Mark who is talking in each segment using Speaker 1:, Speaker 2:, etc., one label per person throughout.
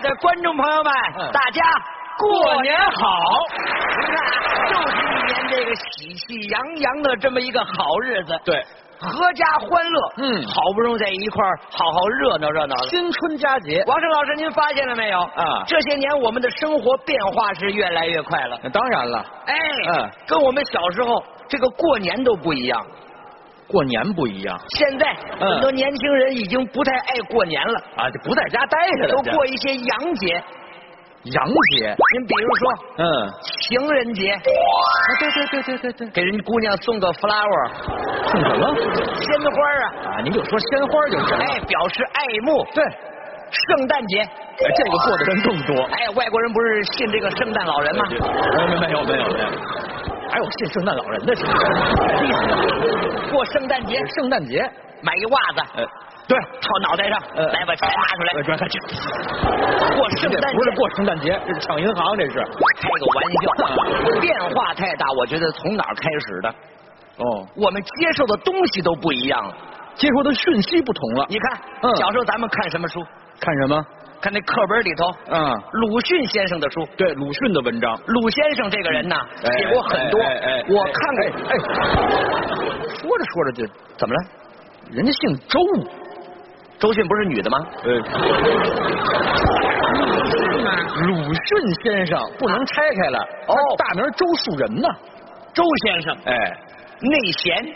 Speaker 1: 的观众朋友们，
Speaker 2: 嗯
Speaker 1: 大家
Speaker 2: 过年好，
Speaker 1: 您看啊，又是一年这个喜气洋洋的这么一个好日子，
Speaker 2: 对，
Speaker 1: 阖家欢乐，
Speaker 2: 嗯
Speaker 1: 好不容易在一块儿好好热闹热闹了。
Speaker 2: 新春佳节，
Speaker 1: 王胜老师，您发现了没有？
Speaker 2: 啊
Speaker 1: 这些年我们的生活变化是越来越快了。
Speaker 2: 那当然了，
Speaker 1: 哎，
Speaker 2: 嗯
Speaker 1: 跟我们小时候这个过年都不一样。
Speaker 2: 过年不一样
Speaker 1: 现在
Speaker 2: 嗯
Speaker 1: 很多年轻人已经不太爱过年了，
Speaker 2: 啊，就不在家待着
Speaker 1: 都
Speaker 2: 了，这
Speaker 1: 过一些洋节。
Speaker 2: 洋节，
Speaker 1: 您比如说
Speaker 2: 嗯，
Speaker 1: 情人节，
Speaker 2: 啊对对对对对对，
Speaker 1: 给人姑娘送个 flower
Speaker 2: 送什么
Speaker 1: 鲜花啊，
Speaker 2: 啊？您就说鲜花就行了。
Speaker 1: 哎，表示爱慕。
Speaker 2: 对，
Speaker 1: 圣诞节，
Speaker 2: 这个过的人更多。
Speaker 1: 哎，外国人不是信这个圣诞老人吗？
Speaker 2: 呃啊没有没有没有，还有哎信圣诞老人的是
Speaker 1: 过圣诞节
Speaker 2: 圣诞节，
Speaker 1: 买一袜子，
Speaker 2: 呃，对，
Speaker 1: 套脑袋上，
Speaker 2: 呃
Speaker 1: 来把钱拿出来。
Speaker 2: 这这
Speaker 1: 过圣诞节
Speaker 2: 不是过圣诞节，这是抢银行这是。
Speaker 1: 开个玩笑，变化太大，我觉得从哪儿开始的？
Speaker 2: 哦，
Speaker 1: 我们接受的东西都不一样了。
Speaker 2: 接收的讯息不同了。
Speaker 1: 你看，
Speaker 2: 嗯
Speaker 1: 小时候咱们看什么书？
Speaker 2: 看什么？
Speaker 1: 看那课本里头，
Speaker 2: 嗯，
Speaker 1: 鲁迅先生的书。
Speaker 2: 对，鲁迅的文章。
Speaker 1: 鲁先生这个人呐，
Speaker 2: 哎
Speaker 1: 写过很多，
Speaker 2: 哎哎哎哎
Speaker 1: 我看过。
Speaker 2: 哎，说着说着就怎么了？人家姓周，
Speaker 1: 周迅不是女的吗？
Speaker 2: 呃，鲁迅先生不能拆开了。
Speaker 1: 哦
Speaker 2: 大名周树人呢？
Speaker 1: 周先生，
Speaker 2: 哎，
Speaker 1: 内贤，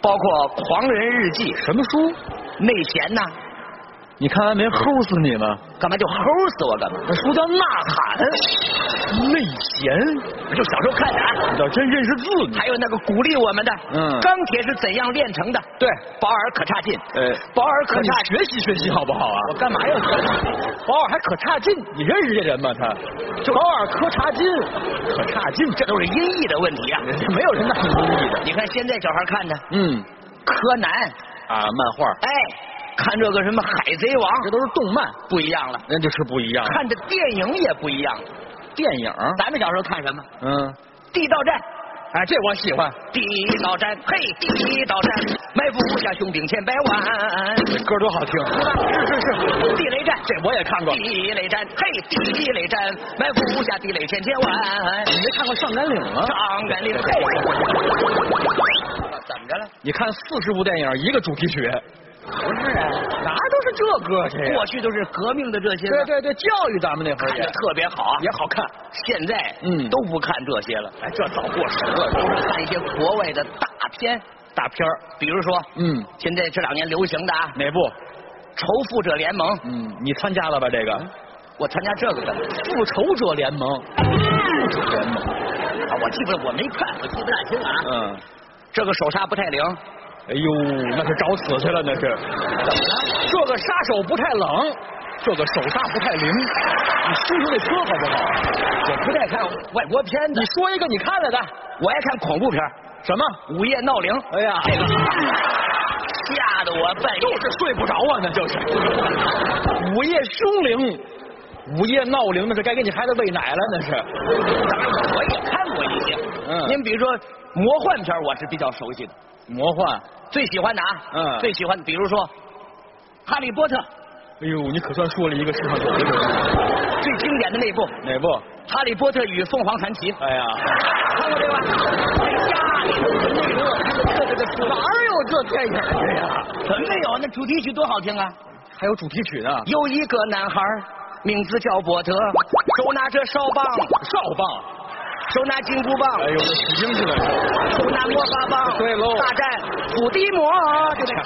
Speaker 1: 包括《狂人日记》，
Speaker 2: 什么书？
Speaker 1: 内贤呐，
Speaker 2: 你看完没？齁死你吗？
Speaker 1: 干嘛就齁死我干嘛？
Speaker 2: 那书叫《呐喊》，内闲。
Speaker 1: 我就小时候看的啊。
Speaker 2: 你倒真认识字你。
Speaker 1: 还有那个鼓励我们的，
Speaker 2: 嗯
Speaker 1: 钢铁是怎样炼成的？
Speaker 2: 对，
Speaker 1: 保尔·可差劲，
Speaker 2: 呃，
Speaker 1: 保尔·
Speaker 2: 可
Speaker 1: 可差
Speaker 2: 差
Speaker 1: 劲，
Speaker 2: 学习学习好不好啊？
Speaker 1: 我干嘛要学
Speaker 2: 保尔还可差劲，你认识这人吗？他保尔柯察金，可差劲，这
Speaker 1: 这都是音译的问 题啊！
Speaker 2: 没有人那么容易的。
Speaker 1: 你看现在小孩看的
Speaker 2: 嗯，
Speaker 1: 柯南，
Speaker 2: 啊，漫画
Speaker 1: 哎，看这个什么《海贼王
Speaker 2: 这》都是动漫，
Speaker 1: 不一样了，
Speaker 2: 那就是不一样。
Speaker 1: 看的电影也不一样了。
Speaker 2: 电影，
Speaker 1: 咱们小时候看什么？
Speaker 2: 嗯，
Speaker 1: 地道战，
Speaker 2: 哎，这我喜欢，
Speaker 1: 地道战，嘿，地道战，埋伏下雄兵千百万。
Speaker 2: 这歌多好听。
Speaker 1: 是是是，地雷战，
Speaker 2: 这我也看过，你
Speaker 1: 地雷战，嘿，地雷战，埋伏下地雷千千万。
Speaker 2: 没看过《上甘岭》吗？
Speaker 1: 张甘岭，嘿，怎么着了？
Speaker 2: 你看四十部电影，一个主题曲，
Speaker 1: 不是啊，
Speaker 2: 哪都是这歌去呀
Speaker 1: 过去都是革命的这些，
Speaker 2: 对对对，教育咱们那会
Speaker 1: 看
Speaker 2: 儿也
Speaker 1: 着特别好啊。
Speaker 2: 也好看。
Speaker 1: 现在
Speaker 2: 嗯
Speaker 1: 都不看这些了，
Speaker 2: 哎，这早过时
Speaker 1: 都
Speaker 2: 了，
Speaker 1: 是看一些国外的大片，
Speaker 2: 大片儿。
Speaker 1: 比如说
Speaker 2: 嗯，
Speaker 1: 现在这两年流行的啊，
Speaker 2: 哪部？
Speaker 1: 《仇富者联盟》。
Speaker 2: 嗯，你参加了吧？这个
Speaker 1: 我参加这个干嘛？
Speaker 2: 复仇者联盟，联盟，
Speaker 1: 啊我记不得，我没看，我记不大清了啊。
Speaker 2: 嗯，
Speaker 1: 这个手刹不太灵，
Speaker 2: 哎呦，那是找死去了，那是。怎么了？这个杀手不太冷，这个手刹不太灵，你修修那车好不好？
Speaker 1: 我不太看外国片的
Speaker 2: 你，说一个你看了的
Speaker 1: 我爱看恐怖片儿，
Speaker 2: 什么？
Speaker 1: 《午夜闹铃》，
Speaker 2: 哎呀，
Speaker 1: 这个吓得我半夜
Speaker 2: 就是睡不着啊，那就是。午夜凶铃，午夜闹铃，那是该给你孩子喂奶了，那是。
Speaker 1: 我也看过一些。
Speaker 2: 嗯
Speaker 1: 您比如说魔幻片儿，我是比较熟悉的，
Speaker 2: 魔幻，
Speaker 1: 最喜欢的啊，
Speaker 2: 嗯
Speaker 1: 最喜欢的，比如说《哈利波特
Speaker 2: 哎呦，你可算说了一个世上有的人，》
Speaker 1: 最经典的那部《
Speaker 2: 哪部？
Speaker 1: 哈利波特与凤凰传奇》，
Speaker 2: 哎呀。
Speaker 1: 看过这个吧？哎呀，
Speaker 2: 这这这哪
Speaker 1: 哎
Speaker 2: 有这电影的呀？
Speaker 1: 怎么没有？那主题曲多好听啊！
Speaker 2: 还有主题曲呢，
Speaker 1: 有一个男孩儿，名字叫伯特，手拿着哨棒，
Speaker 2: 少棒！
Speaker 1: 手拿金箍棒，
Speaker 2: 哎呦，我起精去了。
Speaker 1: 手拿魔法棒，
Speaker 2: 对喽
Speaker 1: 大战土地魔，对不对？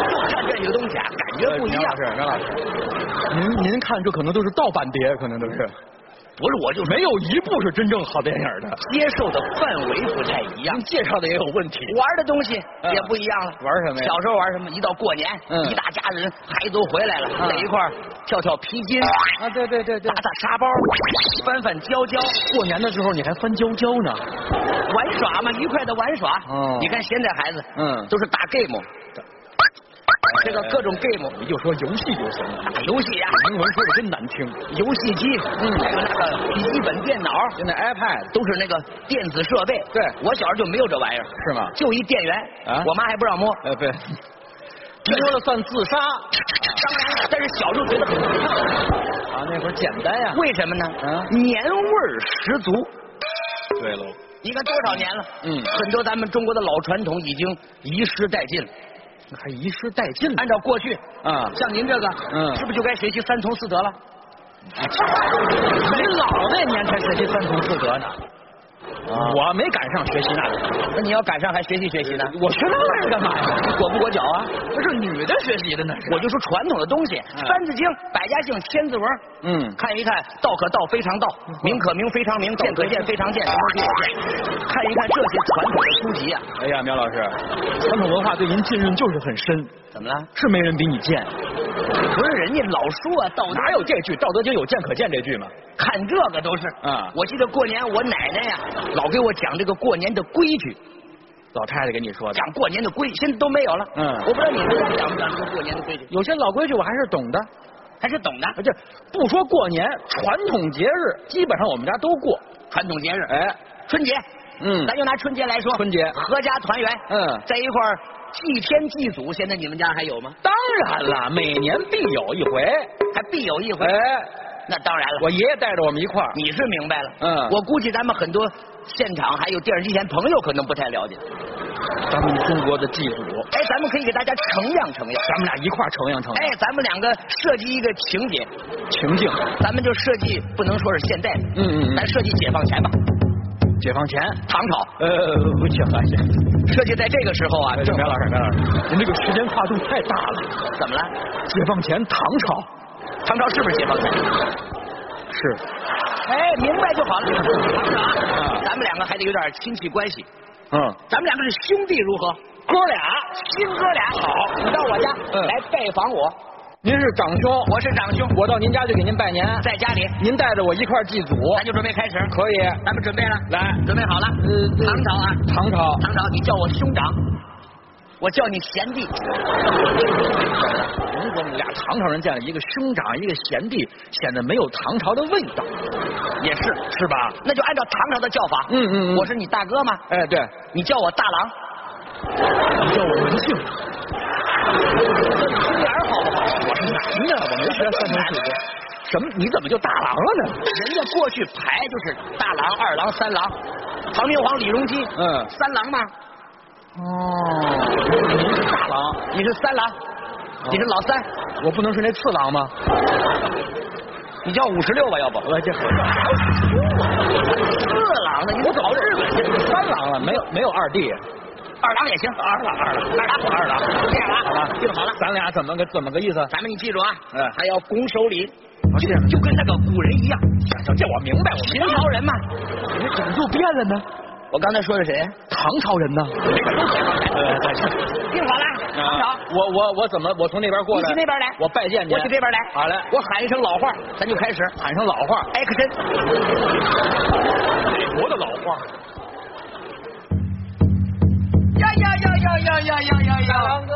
Speaker 1: 多好听！就看这个东西啊，感觉不一样
Speaker 2: 杨老。师，杨老师，您您看这可能都是盗版碟，可能都是，
Speaker 1: 不是，我就说
Speaker 2: 没有一部是真正好电影的。
Speaker 1: 接受的范围不太一样
Speaker 2: 您，介绍的也有问题。
Speaker 1: 玩的东西
Speaker 2: 嗯
Speaker 1: 也不一样了。
Speaker 2: 玩什么呀
Speaker 1: 小时候玩什么？一到过年，
Speaker 2: 嗯
Speaker 1: 一大家人孩子都回来了，
Speaker 2: 嗯
Speaker 1: 在一块儿跳跳皮筋，
Speaker 2: 啊，对对对对
Speaker 1: 打，打沙包，翻翻胶胶。
Speaker 2: 过年的时候你还翻胶胶呢。
Speaker 1: 玩耍嘛，愉快的玩耍。
Speaker 2: 哦
Speaker 1: 你看现在孩子，
Speaker 2: 嗯哎
Speaker 1: 都是打 game，这个各种 game，
Speaker 2: 你就说游戏就行了。
Speaker 1: 打游戏啊，
Speaker 2: 英文说的真难听。
Speaker 1: 游戏机，嗯，还有那个笔记本电脑，
Speaker 2: 现在 iPad
Speaker 1: 都是那个电子设备。
Speaker 2: 对
Speaker 1: 我小时候就没有这玩意儿，
Speaker 2: 是吗？
Speaker 1: 就一电源
Speaker 2: 啊，
Speaker 1: 我妈还不让摸。
Speaker 2: 呃，对，摸了算自杀
Speaker 1: 当然了，但是小时候觉得很不错
Speaker 2: 啊？那会儿简单呀
Speaker 1: 为什么呢？
Speaker 2: 啊
Speaker 1: 年味儿十足。
Speaker 2: 对喽，
Speaker 1: 你看多少年了？
Speaker 2: 嗯
Speaker 1: 很多咱们中国的老传统已经遗失殆尽了。
Speaker 2: 还遗失殆尽了
Speaker 1: 按照过去，
Speaker 2: 啊
Speaker 1: 像您这个，
Speaker 2: 嗯
Speaker 1: 是不是就该学习三从四德了？您老那年才学习三从四德呢，
Speaker 2: 我没赶上学习那个，
Speaker 1: 那你要赶上还学习学习呢？
Speaker 2: 我学那玩意儿干嘛呀？
Speaker 1: 裹不裹脚 啊？
Speaker 2: 那是女的学习的呢
Speaker 1: 我就说传统的东西，三字经》《百家姓》《千字文》，
Speaker 2: 嗯，
Speaker 1: 看一看，道可道非常道，名可名非常名，见可见非常见，见可见。看一看这些传统的书籍啊，
Speaker 2: 哎呀，苗老师，传统文化对您浸润就是很深，
Speaker 1: 怎么了？
Speaker 2: 是没人比你贱。
Speaker 1: 不是人家老说啊，道德
Speaker 2: 哪有这句《道德经》有“见可见”这句吗？
Speaker 1: 看这个都是
Speaker 2: 啊
Speaker 1: 我记得过年我奶奶呀、老给我讲这个过年的规矩，
Speaker 2: 老太太给你说的。
Speaker 1: 讲过年的规矩，现在都没有了。
Speaker 2: 嗯
Speaker 1: 我不知道你们家讲不讲这个过年的规矩，
Speaker 2: 有些老规矩我还是懂的，
Speaker 1: 还是懂的。
Speaker 2: 而且不说过年，传统节日基本上我们家都过。
Speaker 1: 传统节日，
Speaker 2: 哎，
Speaker 1: 春节，
Speaker 2: 嗯
Speaker 1: 咱就拿春节来说，
Speaker 2: 春节
Speaker 1: 合家团圆，
Speaker 2: 嗯
Speaker 1: 在一块儿祭天祭祖，现在你们家还有吗？
Speaker 2: 当然了，每年必有一回。
Speaker 1: 还必有一回。
Speaker 2: 哎，
Speaker 1: 那当然了，
Speaker 2: 我爷爷带着我们一块儿。
Speaker 1: 你是明白了。
Speaker 2: 嗯
Speaker 1: 我估计咱们很多现场还有电视机前朋友可能不太了解。
Speaker 2: 咱们中国的祭祖，
Speaker 1: 哎，咱们可以给大家呈样呈样。
Speaker 2: 咱们俩一块儿承样承
Speaker 1: 哎，咱们两个设计一个情节，
Speaker 2: 情境。
Speaker 1: 咱们就设计不能说是现代的，
Speaker 2: 嗯嗯嗯
Speaker 1: 咱设计解放前吧，
Speaker 2: 解放前，
Speaker 1: 唐朝。
Speaker 2: 呃，不行不行。
Speaker 1: 设计在这个时候啊，
Speaker 2: 哎，
Speaker 1: 正
Speaker 2: 苗老师，苗老师，您这个时间跨度太大了。
Speaker 1: 怎么了？
Speaker 2: 解放前，唐朝
Speaker 1: 唐朝是不是解放前？
Speaker 2: 是
Speaker 1: 哎，明白就好了。啊
Speaker 2: 嗯，
Speaker 1: 咱们两个还得有点亲戚关系，
Speaker 2: 嗯，
Speaker 1: 咱们两个是兄弟如何？
Speaker 2: 哥俩，
Speaker 1: 亲哥俩好，你到我家、
Speaker 2: 嗯
Speaker 1: 来拜访我，
Speaker 2: 您是长兄，
Speaker 1: 我是长兄，
Speaker 2: 我到您家去给您拜年，
Speaker 1: 在家里，
Speaker 2: 您带着我一块儿祭祖，
Speaker 1: 咱就准备开始。
Speaker 2: 可以？
Speaker 1: 咱们准备了，
Speaker 2: 来，
Speaker 1: 准备好了。
Speaker 2: 呃
Speaker 1: 唐朝啊，
Speaker 2: 唐朝，
Speaker 1: 唐朝，你叫我兄长，我叫你贤弟。
Speaker 2: 如果我们俩唐朝人见了一个兄长一个贤弟，显得没有唐朝的味道，
Speaker 1: 也是，
Speaker 2: 是吧？
Speaker 1: 那就按照唐朝的叫法。
Speaker 2: 嗯嗯嗯
Speaker 1: 我是你大哥吗？
Speaker 2: 哎，对，
Speaker 1: 你叫我大郎，
Speaker 2: 你叫我文静，
Speaker 1: 听点儿好不好？
Speaker 2: 我是男的，我没学三从四德，什么？你怎么就大郎了呢？
Speaker 1: 人家过去排就是大郎、二郎、三郎，唐明皇李隆基，
Speaker 2: 嗯
Speaker 1: 三郎吗？
Speaker 2: 哦，您是大郎，
Speaker 1: 你是三郎，你是老三，
Speaker 2: 我不能是那次郎吗？
Speaker 1: 你叫五十六吧，要不？
Speaker 2: 我这
Speaker 1: 四郎呢？你
Speaker 2: 我搞日本去，三郎了，没有没有二弟，
Speaker 1: 二郎也行，二郎二郎二郎二郎，这样了，
Speaker 2: 好吧？
Speaker 1: 记住好了，
Speaker 2: 咱俩怎么个怎么个意思？
Speaker 1: 咱们你记住啊，
Speaker 2: 嗯
Speaker 1: 还要拱手礼，
Speaker 2: 这样
Speaker 1: 就就跟那个古人一样，
Speaker 2: 这这我明白，我
Speaker 1: 秦
Speaker 2: 明白
Speaker 1: 朝人嘛。
Speaker 2: 哎怎么就变了呢？
Speaker 1: 我刚才说的谁？
Speaker 2: 唐朝人呢？
Speaker 1: 哎
Speaker 2: 呃，在这。
Speaker 1: 定好了，唐朝。
Speaker 2: 啊我我我怎么我从那边过来？
Speaker 1: 你去那边来
Speaker 2: 我拜见您。啊
Speaker 1: 我去这边来，
Speaker 2: 好嘞，
Speaker 1: 我喊一声老话，咱就开始
Speaker 2: 喊上老话，
Speaker 1: action。
Speaker 2: 美国的老话。
Speaker 1: 呀呀呀呀呀呀呀呀呀！
Speaker 2: 哥，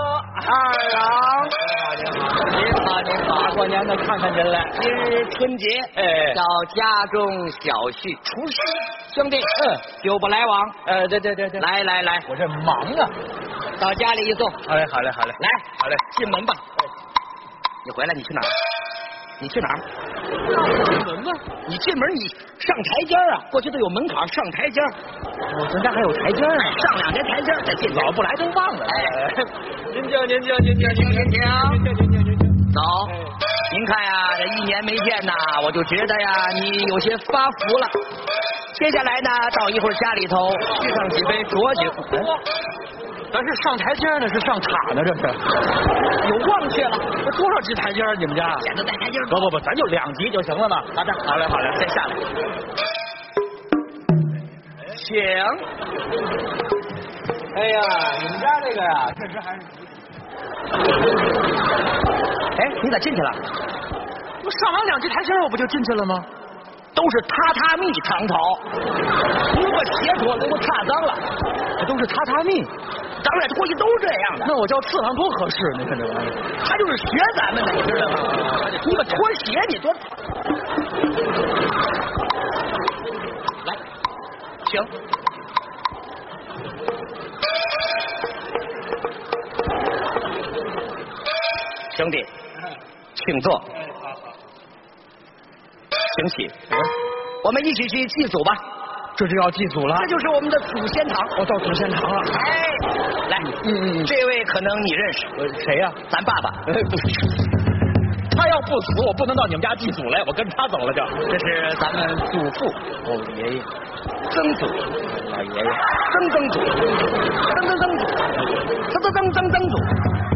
Speaker 1: 二郎，
Speaker 2: 您好您好，
Speaker 1: 哎
Speaker 2: 过年的看看您来。
Speaker 1: 今日春节，
Speaker 2: 哎
Speaker 1: 小家中小婿厨师，兄弟，
Speaker 2: 嗯，
Speaker 1: 久不来往，
Speaker 2: 呃，对对对对，，
Speaker 1: 来来来，
Speaker 2: 我这忙啊。
Speaker 1: 到家里一坐，
Speaker 2: 好嘞好嘞好嘞，
Speaker 1: 来，
Speaker 2: 好嘞，
Speaker 1: 进门吧。你回来，你去哪儿？你去哪儿？
Speaker 2: 进门吧。
Speaker 1: 你进门你上台阶儿啊，过去都有门槛儿，上台阶儿，
Speaker 2: 我咱家还有台阶呢，
Speaker 1: 上两天台阶儿再进去。
Speaker 2: 老不来都忘了。
Speaker 1: 哎，
Speaker 2: 您请您请您请
Speaker 1: 停停停，
Speaker 2: 请您请您请。
Speaker 1: 走
Speaker 2: 哎。
Speaker 1: 您看呀，这一年没见呐，我就觉得呀，你有些发福了。接下来呢，到一会儿家里头续上几杯浊酒，
Speaker 2: 哦咱是上台阶呢，是上塔呢？这是
Speaker 1: 有忘却了，
Speaker 2: 这多少级台阶啊？你们家？
Speaker 1: 显得在台阶儿
Speaker 2: 不不不，咱就两级就行了嘛。
Speaker 1: 好的，好嘞，好嘞，再下来，请。
Speaker 2: 哎呀，你们家这个呀，确实还是
Speaker 1: 哎，你咋进去了？
Speaker 2: 我上完两级台阶儿，我不就进去了吗？
Speaker 1: 都是榻榻米唐朝，经过协妥都给我踏脏了。
Speaker 2: 这都是榻榻米，
Speaker 1: 当然，过去都这样的，
Speaker 2: 那我叫次郎多合适呢？你看这玩意儿，
Speaker 1: 他就是学咱们的，你知道吗？你把拖鞋你多来，请。兄弟，请坐，
Speaker 2: 哎，好好，
Speaker 1: 请起，嗯我们一起去祭祖吧，
Speaker 2: 这就要祭祖了
Speaker 1: 这，就是我们的祖先堂。
Speaker 2: 我到祖先堂了。
Speaker 1: 哎，来，
Speaker 2: 嗯嗯
Speaker 1: 这位可能你认识，
Speaker 2: 呃，谁呀、
Speaker 1: 咱爸爸，
Speaker 2: 哎，不是，他要不死，我不能到你们家祭祖来，我跟他走了就。
Speaker 1: 这是咱们祖父
Speaker 2: 哦，爷爷，
Speaker 1: 曾祖，
Speaker 2: 老爷爷，
Speaker 1: 曾曾祖，曾曾曾祖，曾曾曾曾曾祖，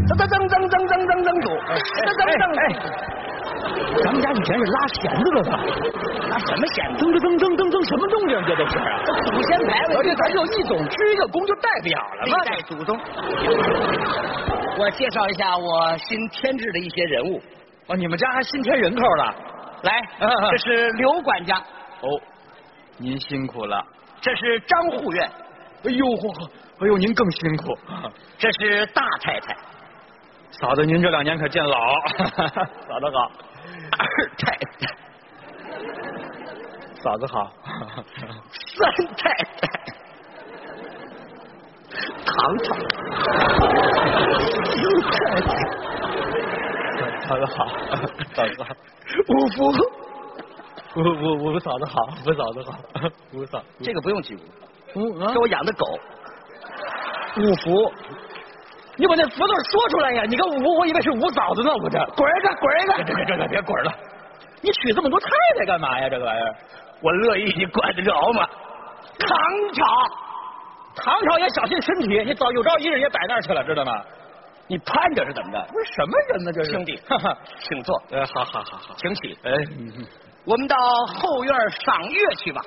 Speaker 1: 曾曾曾曾曾曾曾曾祖，曾曾曾
Speaker 2: 哎咱们家以前是拉弦子的吧？
Speaker 1: 啊什么显
Speaker 2: 噔噔噔噔噔噔，什么动静这都是？啊
Speaker 1: 这祖先牌
Speaker 2: 而且咱就一总鞠一个躬就代表了
Speaker 1: 历
Speaker 2: 嘛。
Speaker 1: 代祖宗。我介绍一下我新添置的一些人物，
Speaker 2: 哦，你们家还新添人口了？
Speaker 1: 来，这是刘管家，
Speaker 2: 哦，您辛苦了。
Speaker 1: 这是张护院，
Speaker 2: 哎呦，哎呦，您更辛苦。
Speaker 1: 这是大太太，
Speaker 2: 嫂子，您这两年可见老。 嫂子好，
Speaker 1: 二太太，
Speaker 2: 嫂子好。
Speaker 1: 三太太，堂堂，四太太，
Speaker 2: 嫂子好，嫂子好。
Speaker 1: 五福，
Speaker 2: 我我我嫂子好，我嫂子好， 我嫂
Speaker 1: 这个不用记住，
Speaker 2: 嗯啊
Speaker 1: 是，我养的狗，
Speaker 2: 五福，你把那福字说出来呀！你个五，我以为是五嫂子呢，我这滚儿个滚儿 个，别别别别滚了！你娶这么多太太干嘛呀？这个玩意儿，
Speaker 1: 我乐意，你管得着吗？唐朝，
Speaker 2: 唐朝也小心身体，你早有朝一日也摆那儿去了，知道吗？
Speaker 1: 你盼着是怎么的？
Speaker 2: 不是什么人呢，这是
Speaker 1: 兄弟嗯
Speaker 2: 哈哈，
Speaker 1: 请坐，
Speaker 2: 呃，好好好好，
Speaker 1: 请起。
Speaker 2: 哎，
Speaker 1: 我们到后院赏月去吧。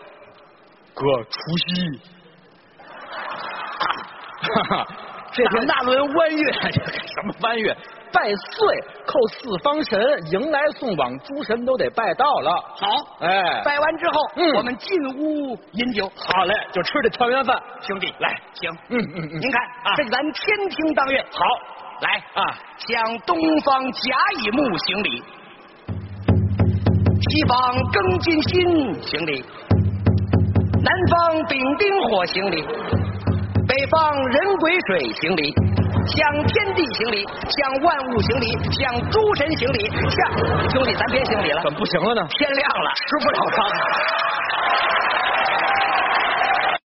Speaker 2: 哥，除夕， 哈哈，这
Speaker 1: 这
Speaker 2: 天
Speaker 1: 天那轮弯月，
Speaker 2: 什么弯月？拜岁，叩四方神，迎来送往，诸神都得拜到了。
Speaker 1: 好，
Speaker 2: 哎，
Speaker 1: 拜完之后，
Speaker 2: 嗯
Speaker 1: 我们进屋饮酒。
Speaker 2: 好嘞，就吃这团圆饭。
Speaker 1: 兄弟，来，请，
Speaker 2: 嗯嗯嗯
Speaker 1: 您看，
Speaker 2: 啊
Speaker 1: 这是咱天庭当月。好，来
Speaker 2: 啊，
Speaker 1: 向东方甲乙木行礼，西方庚金辛行礼，南方丙丁火行礼，北方人癸水行礼。向天地行礼，向万物行礼，向诸神行礼，向兄弟，咱别行礼了，
Speaker 2: 怎么不行了呢？
Speaker 1: 天亮了，吃不了汤。